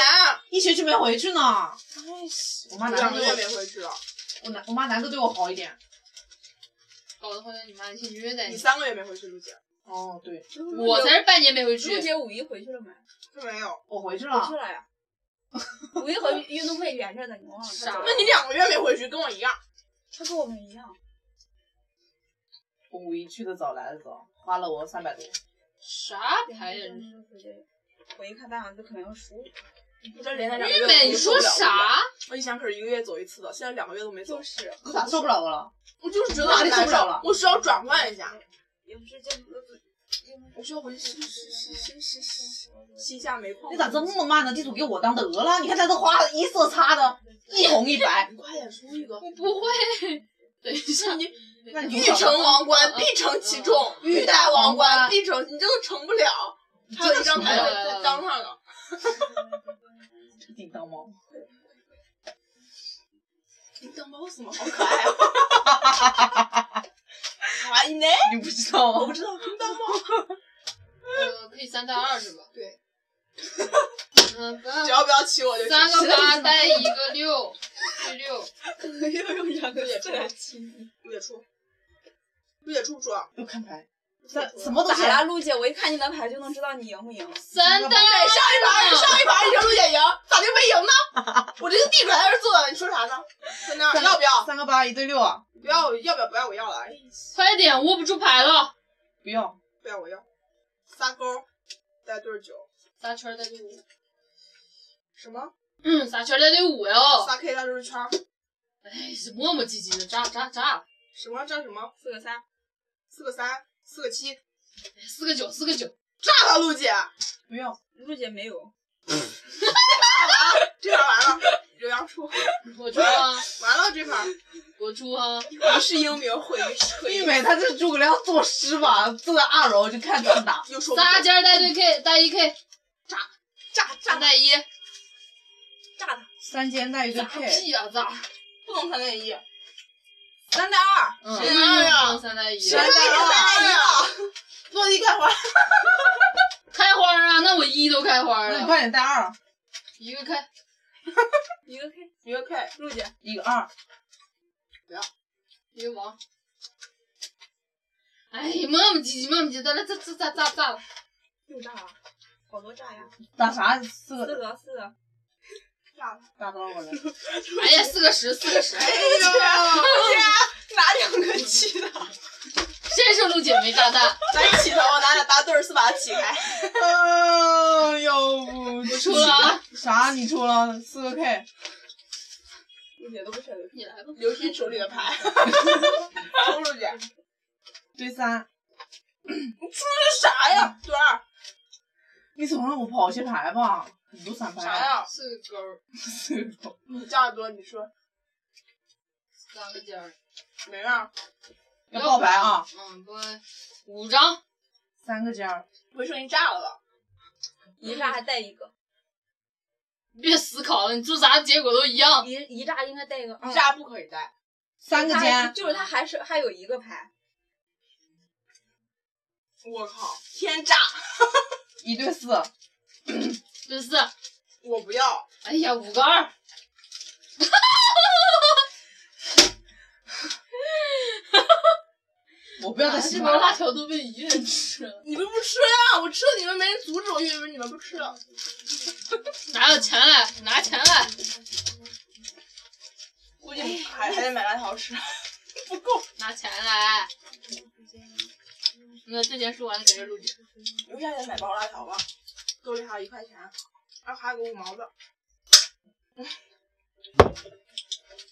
Speaker 4: 一学期没回去呢。哎，我妈难
Speaker 5: 两
Speaker 4: 得对
Speaker 5: 个月
Speaker 4: 我
Speaker 5: 没回去了，
Speaker 4: 我难我妈难得对我好一点。
Speaker 3: 搞得后来你妈一些虐待
Speaker 5: 你
Speaker 3: 你。
Speaker 5: 三个月没回去，陆姐
Speaker 4: 哦，对，
Speaker 3: 我才是半年没回去
Speaker 6: 朱，姐五一回去了没？
Speaker 5: 是没有。
Speaker 4: 我回去
Speaker 6: 回去
Speaker 4: 了。
Speaker 6: 了呀。五一和运动会连着的，你忘了？
Speaker 3: 傻
Speaker 5: 那你两个月没回去，跟我一样。
Speaker 6: 他跟我们一样。
Speaker 4: 我五一去的早，来的早，花了我三百多。
Speaker 3: 啥牌呀？你
Speaker 6: 我一看大王就可能要输，
Speaker 5: 你这连着两个
Speaker 3: 玉
Speaker 5: 月
Speaker 3: 美，你说啥？？
Speaker 5: 我以前可是一个月走一次的，现在两个月都没走。
Speaker 6: 是
Speaker 4: 你咋受不了我了？
Speaker 5: 我就是觉得
Speaker 4: 哪
Speaker 5: 很
Speaker 4: 里
Speaker 5: 难
Speaker 4: 受不了
Speaker 5: 受
Speaker 4: 了，
Speaker 5: 我需要转换一下，
Speaker 6: 也不是就
Speaker 5: 我需要回去吸吸吸吸吸一下煤矿。
Speaker 4: 你咋这么慢呢？地主给我当得了，你看他这花一色差的，一红一白。
Speaker 5: 你快点出一个！
Speaker 3: 我不会。等一下，你
Speaker 4: 那你
Speaker 5: 欲
Speaker 4: 就找
Speaker 5: 成王冠，
Speaker 3: 嗯
Speaker 5: 必承其
Speaker 3: 嗯
Speaker 5: 重；
Speaker 4: 嗯
Speaker 5: 欲戴王冠，
Speaker 4: 嗯
Speaker 5: 必承。你这都成不了。还有一张牌
Speaker 3: 成不
Speaker 5: 在
Speaker 3: 了
Speaker 5: 在当上了，
Speaker 4: 叮当猫，
Speaker 5: 叮当猫什么？好可爱啊！ 哇呢？
Speaker 4: 你不知道
Speaker 5: 我
Speaker 4: 吗
Speaker 5: 不？知道叮当猫，
Speaker 3: 呃，可以三带二是吧？
Speaker 5: 对。
Speaker 3: 嗯，不
Speaker 5: 只
Speaker 3: 要
Speaker 5: 要不要骑我就行。
Speaker 3: 三 个八带一个六，对六。
Speaker 5: 又用两个也出来亲你，陆姐出，陆姐出不出啊？
Speaker 4: 又看牌，三什么东西啊
Speaker 6: 咋？啦，陆姐？我一看你的牌就能知道你赢不赢。
Speaker 3: 三带
Speaker 5: 对，上一盘
Speaker 3: 二
Speaker 5: 上一盘你说陆姐赢，咋就没赢呢？ 我这个地主在这坐着，你说啥呢？在那儿要不要？
Speaker 4: 三个八一对六啊？
Speaker 5: 不要要不要不要我要了，哎
Speaker 3: 快点，握不住牌了。
Speaker 4: 不要，
Speaker 5: 不要我要，仨勾带对儿九，
Speaker 3: 仨圈儿带对五，
Speaker 5: 什么？
Speaker 3: 嗯，仨圈儿带对五哟。
Speaker 5: 仨 K 带对儿圈儿，
Speaker 3: 哎，是磨磨唧唧的，炸炸炸。
Speaker 5: 什么这什么？
Speaker 6: 四个三，
Speaker 5: 四个三，四个七，
Speaker 3: 四个九，四个九。
Speaker 5: 炸他陆姐，
Speaker 4: 不要，
Speaker 6: 陆姐没有。
Speaker 5: 这盘完了，刘洋出，
Speaker 3: 我出啊，
Speaker 5: 完了这盘
Speaker 3: 我出啊。
Speaker 5: 不是英明毁于毁
Speaker 4: 玉
Speaker 5: 于
Speaker 4: 美她这诸葛亮作诗吧，坐在二楼就看他打。
Speaker 5: 又说不
Speaker 3: 仨
Speaker 5: 准
Speaker 3: 尖儿带对 K，带一 K，
Speaker 5: 炸
Speaker 3: 三
Speaker 5: 炸
Speaker 3: 带一，
Speaker 4: 三间带一对
Speaker 3: 咋
Speaker 4: K，
Speaker 3: 屁呀咋？
Speaker 5: 不能三连一，
Speaker 6: 三带二，
Speaker 3: 嗯
Speaker 5: 谁拿呀
Speaker 3: 三带一，
Speaker 5: 谁
Speaker 4: 啊
Speaker 5: 让你三连一了？落地开花，
Speaker 3: 开花啊！那我一都开花
Speaker 4: 那你
Speaker 3: 了，
Speaker 4: 快点带二啊，
Speaker 3: 一个开，
Speaker 6: 一个 K。
Speaker 5: 一个 K，
Speaker 6: 陆姐，
Speaker 4: 一个二，
Speaker 3: 一个王。哎呀，磨磨唧唧，磨磨唧唧，咱俩咋咋咋咋咋了？
Speaker 6: 又炸了，好多炸呀！
Speaker 4: 打啥？四个
Speaker 6: 四个四个，
Speaker 5: 炸了。
Speaker 4: 打到 我了。
Speaker 3: 哎呀，四个十，四个十，
Speaker 5: 哎呀，我竟然拿两个七的，
Speaker 3: 真是陆姐没炸弹，
Speaker 5: 咱一起头，我拿俩大对儿四把它起开。
Speaker 4: 啊，要不
Speaker 3: 我出了啊！
Speaker 4: 啥？你出了四个 K，
Speaker 6: 陆姐都不舍得。
Speaker 3: 你来吧，
Speaker 5: 刘鑫手里的 牌，抽出去，这
Speaker 4: 对三。
Speaker 5: 啥呀？对二，
Speaker 4: 你总让我跑些牌吧？很多散牌。啊
Speaker 5: 啥？哎呀？
Speaker 3: 四个勾，
Speaker 5: 你炸的多，你说
Speaker 3: 三个尖儿，
Speaker 5: 没让
Speaker 4: 要爆牌啊！！
Speaker 3: 嗯，不，五张，
Speaker 4: 三个尖儿，
Speaker 5: 回声音炸了吧？
Speaker 6: 一炸还带一个，
Speaker 3: 你别思考了，你做啥结果都一样。
Speaker 6: 一一炸应该带一个二。哦
Speaker 5: 炸不可以带，
Speaker 4: 三个
Speaker 6: 他还
Speaker 4: 尖，
Speaker 6: 就是他还是还有一个牌，
Speaker 5: 我靠，天炸！
Speaker 4: 一对四，
Speaker 3: 对四，
Speaker 5: 我不要，
Speaker 3: 哎呀，五个二，
Speaker 4: 我不要再
Speaker 3: 这
Speaker 4: 洗牌
Speaker 3: 波辣
Speaker 4: 了。
Speaker 3: 条都被你愿吃了，
Speaker 5: 你们不吃呀、我吃了你们没人阻止我，因为你们不吃了。
Speaker 3: 哪有钱来？拿钱来！
Speaker 5: 估计还还得买辣条吃，不够。
Speaker 3: 拿钱来。那这件事完了，给这陆姐。
Speaker 5: 留下来买包辣条吧，兜里还有一块钱。啊然后还有个五毛的。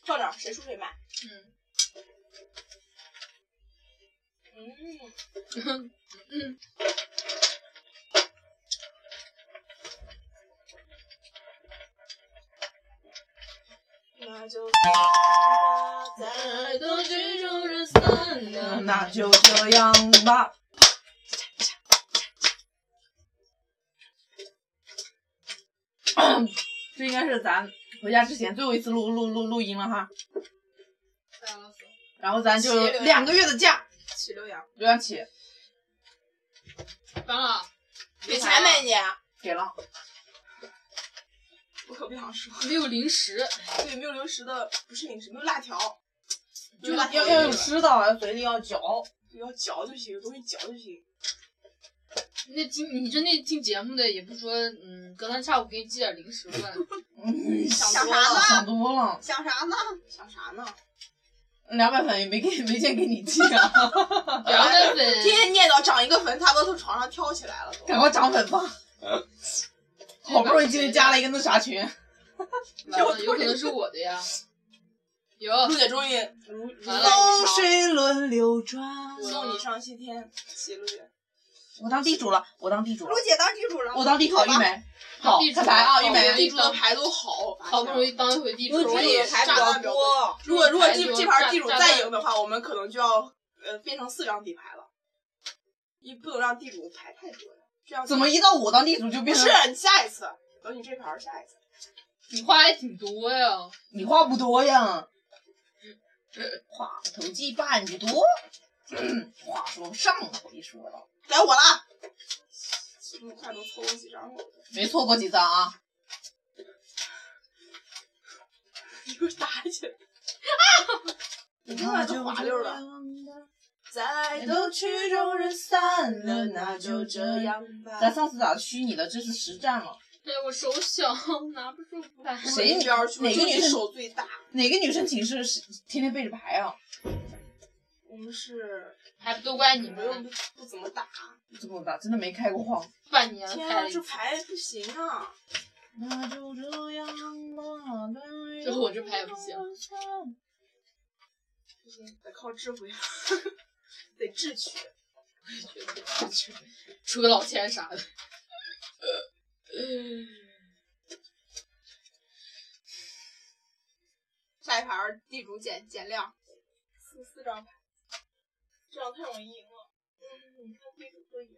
Speaker 5: 照着，谁输谁买。
Speaker 3: 嗯
Speaker 5: 嗯，那就
Speaker 3: 爱到曲终人散了，
Speaker 4: 那就这样吧。 这应该是咱回家之前最后一次录录录录音了哈，然后咱就
Speaker 5: 起了
Speaker 4: 两个月的假
Speaker 5: 起六羊，
Speaker 4: 流量起
Speaker 3: 完了，
Speaker 5: 给钱没你？
Speaker 4: 给了，
Speaker 5: 我可不想说。
Speaker 3: 没有零食，
Speaker 5: 对，没有零食的，不是零食，没有辣条，
Speaker 4: 就
Speaker 5: 没有辣
Speaker 4: 要
Speaker 5: 条嗯
Speaker 4: 要有吃的，要嘴里要嚼。
Speaker 5: 对要嚼就行，有东西嚼就行。
Speaker 3: 那听你这那听节目的也不说，嗯，隔三差五给你寄点零食吧。
Speaker 4: 嗯，
Speaker 5: 想
Speaker 4: 多
Speaker 5: 啥
Speaker 4: 了
Speaker 5: 呢
Speaker 4: 想多了，
Speaker 5: 想啥呢？想啥呢？
Speaker 4: 两百粉也没给，没见给你寄啊，
Speaker 3: 两百粉，
Speaker 5: 天天念叨长一个粉，差不多从床上跳起来了都。
Speaker 4: 赶快涨粉吧！好不容易今天加了一个那啥群，
Speaker 3: 完了，有可能是我的呀。有，
Speaker 5: 陆姐终于如如
Speaker 3: 完了
Speaker 4: 风水轮流转。
Speaker 5: 送你上西天，谢谢陆姐。
Speaker 4: 我当地主了，我当地主了
Speaker 5: 陆，姐当地主了，
Speaker 4: 我当地考玉梅，好
Speaker 3: 当地，主
Speaker 4: 彩排啊，
Speaker 3: 好
Speaker 4: 玉
Speaker 3: 我
Speaker 4: 梅，
Speaker 3: 地
Speaker 5: 地
Speaker 3: 主
Speaker 5: 主的牌都好，
Speaker 3: 好不容
Speaker 5: 易。
Speaker 3: 易当一回地主，
Speaker 5: 陆
Speaker 3: 我
Speaker 5: 姐
Speaker 3: 也
Speaker 5: 也
Speaker 3: 炸
Speaker 5: 牌比
Speaker 3: 了
Speaker 5: 较多，如果如果
Speaker 3: 牌
Speaker 5: 这
Speaker 3: 多
Speaker 5: 这盘
Speaker 3: 炸
Speaker 5: 地主
Speaker 3: 炸
Speaker 5: 再
Speaker 3: 弹
Speaker 5: 赢的话，我们可能就要呃变成四张底牌了，你不能让地主牌太多了，这样
Speaker 4: 怎么一到我当地主就
Speaker 5: 不
Speaker 4: 变成
Speaker 5: 是你下一次，等你这盘儿下一次。
Speaker 3: 你话还挺多呀。
Speaker 4: 你话不多呀？话头计半不多，话说上回说了，
Speaker 5: 该我了，这么快都凑够几张了，
Speaker 4: 没错过几张啊？
Speaker 5: 又打起来。你看来都滑溜了。
Speaker 4: 再都曲终人散了，那就这样吧。咱上次咋虚拟的？这是实战了。
Speaker 3: 哎，我手小，拿不住牌。
Speaker 4: 谁
Speaker 5: 这边去？
Speaker 4: 哪个
Speaker 5: 就
Speaker 4: 女
Speaker 5: 你
Speaker 4: 生
Speaker 5: 手最大。
Speaker 4: 哪个女生寝室是天天背着牌啊？
Speaker 5: 我们是
Speaker 3: 还不都怪你
Speaker 5: 你们又
Speaker 3: 们
Speaker 5: 不不怎么打，
Speaker 4: 这么大，真的没开过荒。
Speaker 3: 半年了
Speaker 5: 天
Speaker 3: 开
Speaker 5: 啊，
Speaker 3: 了一
Speaker 5: 这
Speaker 3: 次，
Speaker 5: 牌不行啊！
Speaker 4: 那就这样吧。
Speaker 3: 这我这牌也不行。
Speaker 5: 不行，得靠智慧，啊 得智取。
Speaker 3: 出个老千啥的。
Speaker 5: 下一盘儿地主减减量，四四张牌，这样太容易赢了。嗯，你看地主会赢。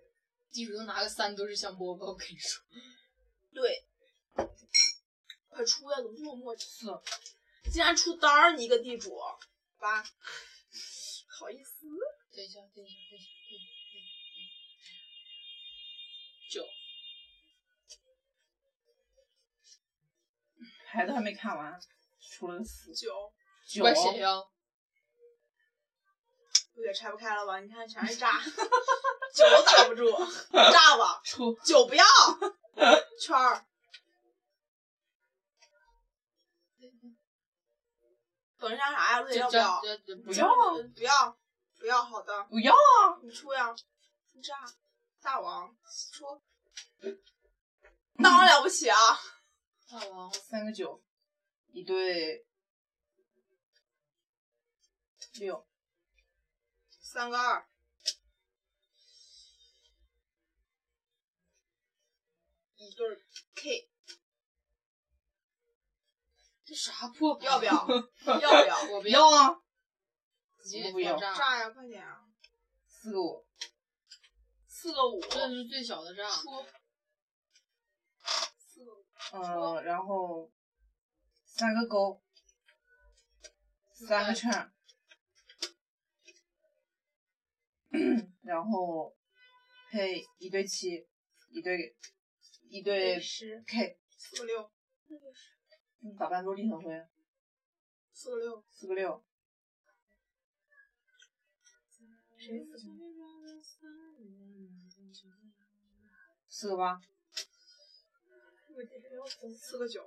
Speaker 3: 地主能拿个三都是香饽饽，我跟你说。
Speaker 5: 对，快出呀！怎么这么磨叽？竟然出单儿，你一个地主，爸， 好意思？
Speaker 3: 等一下，等一下，等一下，等一下。
Speaker 4: 牌都还没看完，出了个四
Speaker 5: 九，
Speaker 4: 九。
Speaker 3: 怪谁呀、
Speaker 5: 有点拆不开了吧？你看全是炸， 九都打 不住，炸吧，
Speaker 4: 出
Speaker 5: 九不要，圈儿。等着啥啥呀？陆姐
Speaker 3: 这
Speaker 5: 要不
Speaker 3: 这
Speaker 5: 要？
Speaker 3: 这这不
Speaker 4: 不要啊！
Speaker 5: 不要，不要，好的，
Speaker 4: 不要啊！
Speaker 5: 你出呀，出炸，大王出，大王了不起啊！
Speaker 3: 大王，
Speaker 4: 三个九，一对六，
Speaker 5: 三个二，一对儿 K，
Speaker 3: 这啥破牌
Speaker 5: 要 不要？？要不要？
Speaker 3: 我不
Speaker 4: 不
Speaker 3: 要，
Speaker 4: 要啊！
Speaker 3: 自己得
Speaker 4: 不要
Speaker 3: 放炸。
Speaker 5: 炸呀，快点啊！
Speaker 4: 四个五，
Speaker 5: 四个五，
Speaker 3: 这是最小的炸，
Speaker 5: 出
Speaker 4: 呃，然后三个勾，三个圈儿，然后配一对七，一对一对
Speaker 5: 十，
Speaker 4: K，
Speaker 5: 四个六，
Speaker 4: 嗯咋办？落地成灰，
Speaker 5: 四个六，
Speaker 4: 四个六，
Speaker 5: 谁死的？
Speaker 4: 四个八，
Speaker 5: 四个九，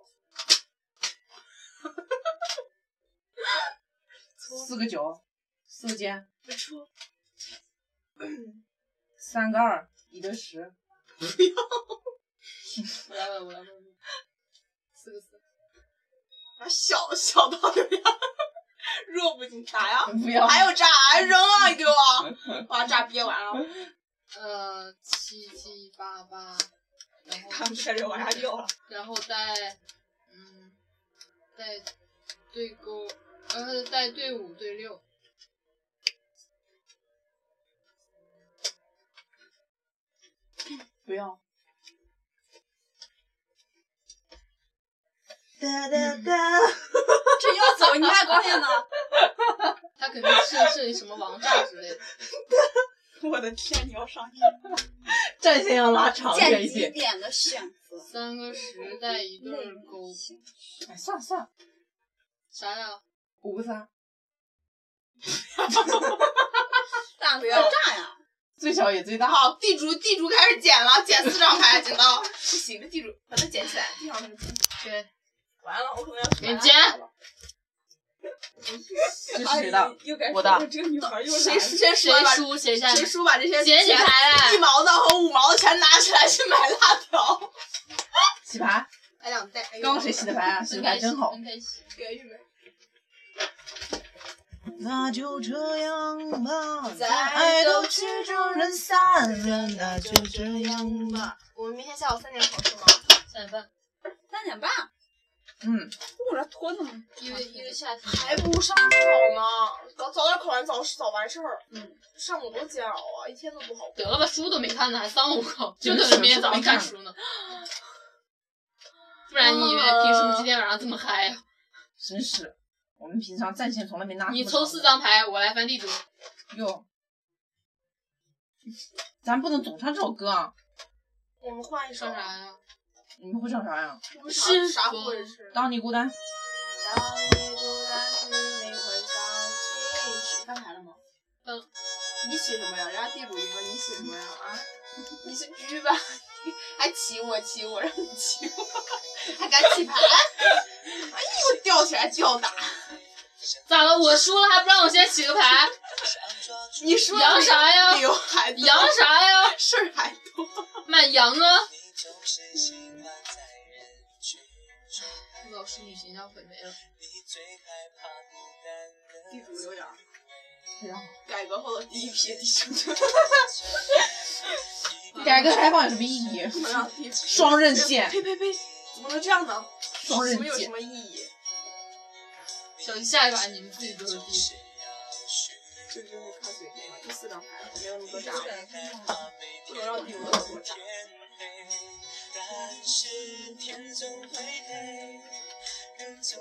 Speaker 4: 四个九，四个尖，
Speaker 5: 哎出
Speaker 4: 三个二，一对十，
Speaker 3: 我来吧，我来吧。我来吧
Speaker 5: 四个字，反正啊小小到有点儿 弱不禁啥 呀？
Speaker 4: 不要，
Speaker 5: 还有炸，还扔啊，给我！把炸憋完了，
Speaker 3: 呃，七七八八，然后
Speaker 5: 他们确实往下掉了。
Speaker 3: 然后带，嗯，带对勾，呃，带对五对六，
Speaker 4: 不要。
Speaker 5: 哒哒哒！
Speaker 6: 这要走你还高 兴呢？
Speaker 3: 他肯定是是什么王炸之类的。
Speaker 5: 我的天，你要上去！
Speaker 4: 战线要拉长这
Speaker 6: 见
Speaker 4: 一
Speaker 6: 几
Speaker 4: 些。
Speaker 6: 点的选择？
Speaker 3: 三个十带一对儿勾，
Speaker 4: 哎，算了算了，
Speaker 3: 啥呀？
Speaker 4: 五个三，
Speaker 5: 大不
Speaker 6: 不要炸呀！
Speaker 4: 最小也最大。
Speaker 5: 好，地主地主开始捡了，捡四张牌，剪刀。不行，这地主把它捡起来，地上那个捡。
Speaker 3: 对，
Speaker 5: 完了，我可能要
Speaker 3: 给你捡。
Speaker 4: 这
Speaker 6: 哎
Speaker 4: 是谁的？
Speaker 5: 又该
Speaker 4: 我的
Speaker 5: 这个女孩又
Speaker 3: 谁
Speaker 5: 谁先输
Speaker 3: 谁
Speaker 5: 了把
Speaker 3: 输谁下？
Speaker 5: 谁输把这些
Speaker 3: 捡起
Speaker 5: 钱
Speaker 3: 牌
Speaker 5: 一
Speaker 3: 来。
Speaker 5: 毛的和五毛的全拿起来去买辣条。
Speaker 4: 洗牌。
Speaker 5: 哎两袋。哎呦
Speaker 4: 刚刚谁洗的牌啊？洗的牌真好。
Speaker 3: 分开 洗。
Speaker 5: 给玉梅。
Speaker 2: 那就这样吧，
Speaker 5: 再
Speaker 6: 哎
Speaker 2: 爱都曲终人散了，那就这样吧。
Speaker 5: 我们明天下午三点考试吗？
Speaker 3: 下一份，
Speaker 6: 三点半，
Speaker 4: 嗯，
Speaker 6: 我这拖那么
Speaker 3: 因为因为夏天。
Speaker 5: 还不上考呢，早早点考完早早完事儿。
Speaker 6: 嗯，
Speaker 5: 上午多煎熬啊，一天都不好过。
Speaker 3: 得了吧，书都没看呢，还三五口，
Speaker 4: 这
Speaker 3: 就
Speaker 4: 个
Speaker 3: 等着明天早上看 书呢。不然你以为凭什么今天晚上这么嗨啊呀、
Speaker 4: 真是。我们平常战线从来没拉这么长
Speaker 3: 你抽四张牌，我来翻地图。
Speaker 4: 哟，咱不能总唱这首歌啊！
Speaker 5: 我们换一首啊
Speaker 3: 说。啥呀？
Speaker 4: 你们会唱啥呀？
Speaker 5: 我们啥啥
Speaker 3: 是
Speaker 5: 不会吃？
Speaker 4: 当你孤单，
Speaker 5: 当你孤单时，你会想起谁？翻牌了吗？
Speaker 3: 嗯。
Speaker 5: 你起什么呀？人家地主赢了，你起什么呀？啊？你是狙吧？还骑我骑我，让你骑我，还敢起牌？哎呦，吊起来就要打！
Speaker 3: 咋了？我输了还不让我先洗 个牌？
Speaker 5: 你说
Speaker 3: 扬啥呀
Speaker 5: 刘海多
Speaker 3: 羊啥呀？
Speaker 5: 事儿还多。
Speaker 3: 买羊啊！老师，女形象毁没了。
Speaker 5: 地主有点儿
Speaker 4: 非常好。
Speaker 5: 改革后的第一批地主，
Speaker 4: 改革开放有什么意义？
Speaker 5: 不能让地主
Speaker 4: 双刃剑
Speaker 5: 呸呸呸！怎么能这样呢？
Speaker 4: 双刃
Speaker 5: 什么有什
Speaker 4: 剑。
Speaker 5: 么意义？
Speaker 3: 小心下一把你们自己都是地主。
Speaker 5: 这就是我看嘴里了，第四张牌了，没有那么多炸了，不能让地主那么多炸。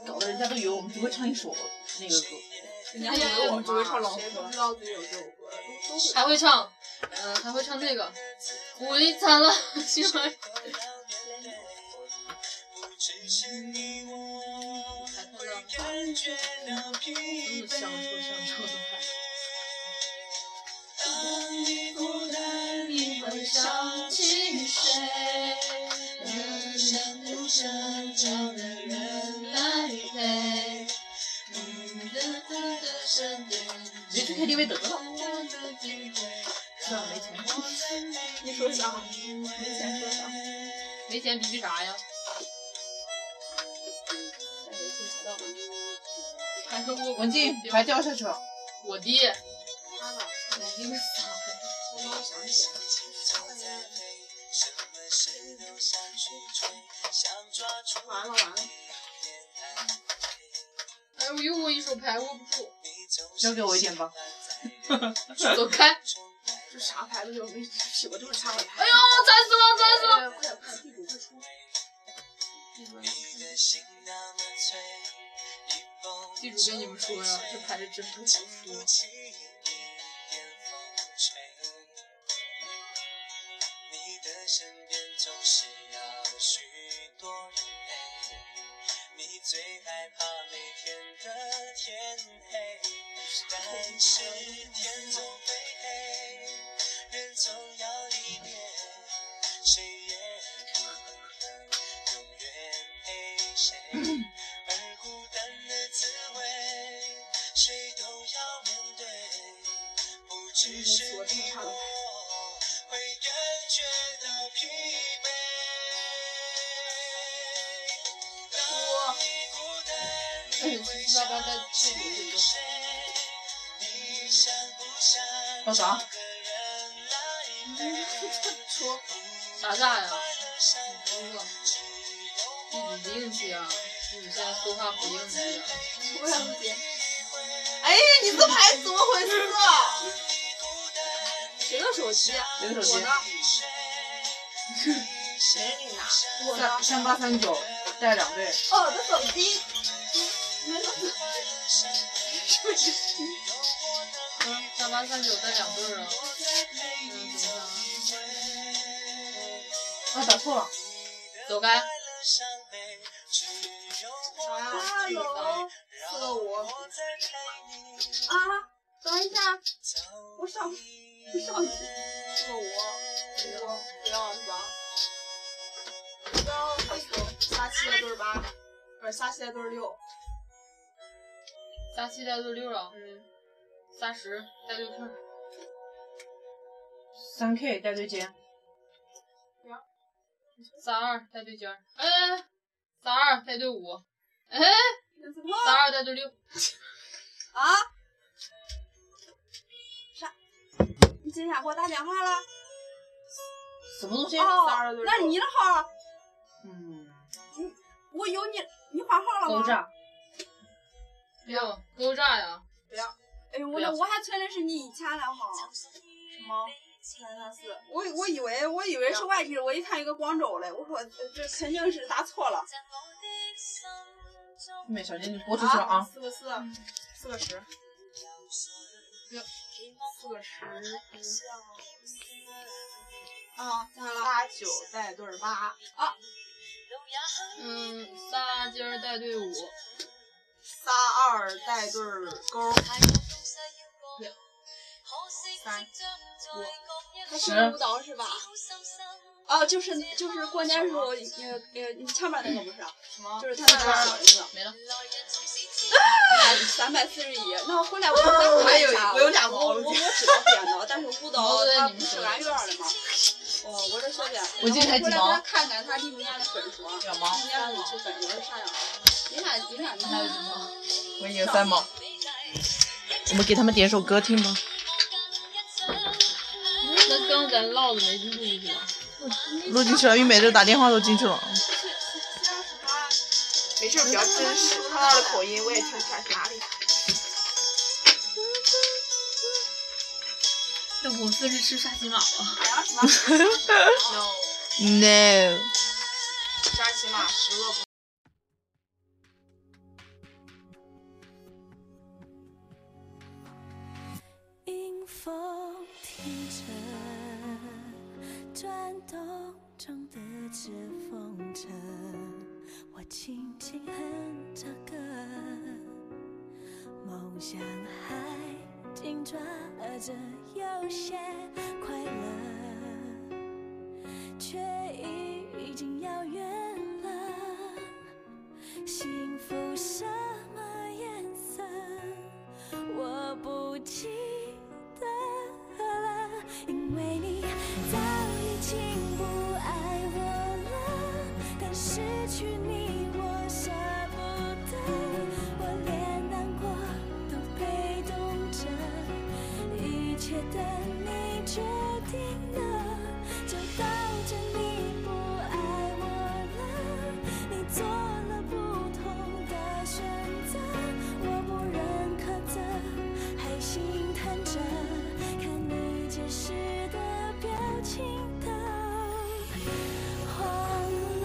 Speaker 4: 搞得人家都以为我们只会唱一首那个歌。
Speaker 5: 人
Speaker 3: 哎
Speaker 5: 家以为我们只会唱老歌，谁不知道自己有这首歌？都都
Speaker 3: 还会唱，嗯、还会唱这个，鼓励惨 了，心儿。还碰到这么想抽想抽的牌。你会想起谁？人生路上找个人来陪。你的他的身边，
Speaker 4: 直接去 KTV 得了。
Speaker 3: 算没钱，
Speaker 5: 你说啥？没钱说啥？
Speaker 3: 没钱比比啥呀？还说我
Speaker 4: 文静，牌掉下去了。
Speaker 3: 我爹，
Speaker 5: 他呢？
Speaker 3: 我爹个傻
Speaker 5: 我没有想起来。完了完了，
Speaker 3: 哎呦，又我一手牌握不住，
Speaker 4: 交给我一点吧。
Speaker 3: 走开！哎
Speaker 5: 这啥牌都有，没洗过，就是插尾牌。
Speaker 3: 呦，砸死了，砸死了！
Speaker 5: 哎，快点快点，地主快出！
Speaker 3: 哎嗯地主跟你们说呀，这牌是真不好多。
Speaker 6: 哎
Speaker 5: 只是我这么差的牌。
Speaker 1: 当
Speaker 3: 哎
Speaker 5: 这是七七八八的这里是多
Speaker 4: 多
Speaker 5: 少？
Speaker 4: 少？
Speaker 5: 说
Speaker 7: 啥啥呀？你不硬气啊！你现在说话不硬气啊！
Speaker 5: 我想接。哎呀，你这牌怎么回事啊？
Speaker 6: 谁的手机啊？
Speaker 4: 谁的手
Speaker 6: 我
Speaker 4: 机
Speaker 6: 呢？谁你拿？我呢
Speaker 4: 三？三八三九带两对，
Speaker 6: 哦，我的手机。
Speaker 7: 啊，三八三九带两对儿啊！嗯，怎么
Speaker 4: 啊，打错了，
Speaker 7: 走开！
Speaker 6: 哈喽，四个五。啊，等一下，我上我上去。四个五，五不要是吧？不要那个仨七的对儿八，不是仨七的对儿六。
Speaker 7: 仨七带对六啊，
Speaker 6: 嗯，
Speaker 7: 仨十带对空，
Speaker 4: 三 K 带对尖，
Speaker 7: 仨二带对尖儿，哎，仨二带对五，哎，仨二带对六，哎
Speaker 6: 啊？啥？你今天俩给我打电话了？
Speaker 4: 什么东西？仨二
Speaker 6: 哦
Speaker 4: 对，
Speaker 6: 那你的号儿，
Speaker 4: 嗯，
Speaker 6: 我有你，你换号了
Speaker 4: 都
Speaker 6: 吗？
Speaker 4: 炸，
Speaker 7: 不要勾炸呀！
Speaker 6: 哎呦，
Speaker 7: 不
Speaker 6: 我
Speaker 7: 要
Speaker 6: 这我还存的是你以前的号，什么三三四？我我以为我以为是外地，我一看一个广州的，我说这这肯定是打错了。
Speaker 4: 妹小心你播出去了啊！
Speaker 6: 四个四，四个十，
Speaker 5: 四个十，
Speaker 6: 啊，咋了？
Speaker 5: 八九带对儿八，
Speaker 7: 嗯，仨尖儿带对五，
Speaker 5: 仨二带对儿勾，
Speaker 6: 三五，
Speaker 5: 他
Speaker 4: 十
Speaker 5: 是舞蹈是吧？
Speaker 6: 哦，就是就是过年时候，呃呃，你前面那个不是啊，
Speaker 5: 什么
Speaker 6: 就是他那个火那个
Speaker 7: 没了。
Speaker 6: 三百四十一，那我回来我就再看一下。
Speaker 5: 哦我有俩
Speaker 6: 我
Speaker 5: 毛
Speaker 6: 我
Speaker 5: 病
Speaker 6: 我知道编的，但是舞蹈它不是俺院儿的嘛。哦，我这学编。
Speaker 4: 我今天才
Speaker 6: 然后
Speaker 4: 几毛
Speaker 6: 回来给他看看他历年的分数啊，
Speaker 4: 两毛
Speaker 6: 历年的去分数是啥样啊？你俩你俩你俩有什么？
Speaker 4: 我一个三毛，我们给他们点首歌听吧。
Speaker 7: 那刚咱唠的没录进去吗？
Speaker 2: 录进去了，玉美都打电话都进去了。
Speaker 5: 没事儿，比较真实。他那儿的口音我也听不出来是哪里。
Speaker 7: 那我们是吃沙琪玛吧。
Speaker 6: 哎呀什么？
Speaker 5: no，
Speaker 2: No，
Speaker 5: 扎起码十个不。
Speaker 8: 迎风停着，转动中的指缝着，我轻轻哼着歌，梦想还紧抓着，有些快乐，却已经遥远了。幸福什么颜色？我不记得了，因为你早已经不爱我了。但失去你，我舍不得，我连难过都被动着。一切等你决定了，就到这你不爱我了。你做了不同的选择，我不忍苛责，还心疼着，看你解释的表情都慌了。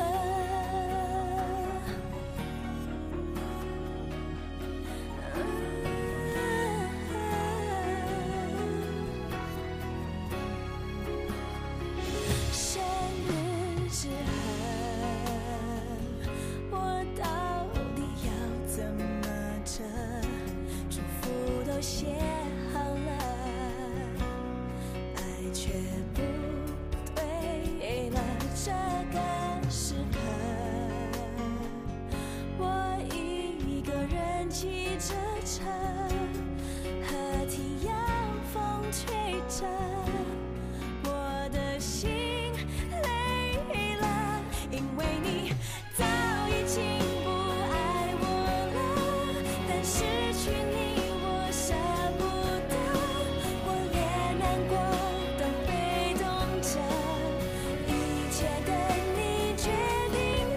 Speaker 8: 切的你决定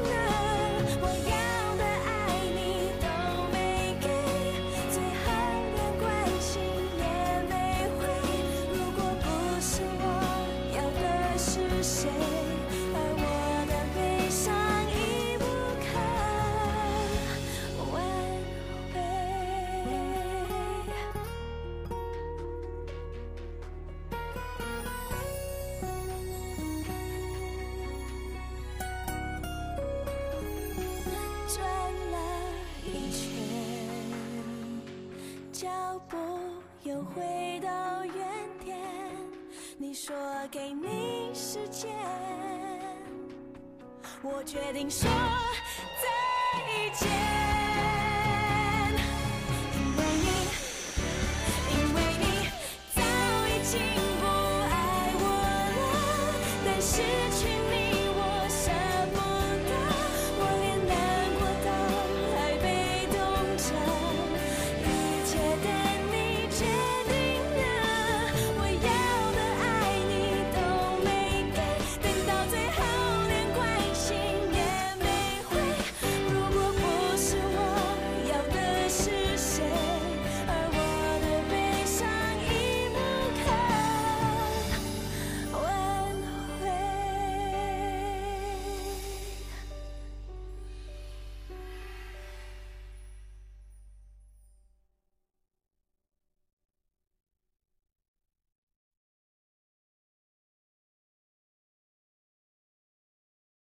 Speaker 8: 了，我要的爱你都没给，最后连关心也没回。如果不是我要的是谁，而我的悲伤已不可挽回。转了一圈，脚步又回到原点。你说给你时间，我决定说再见。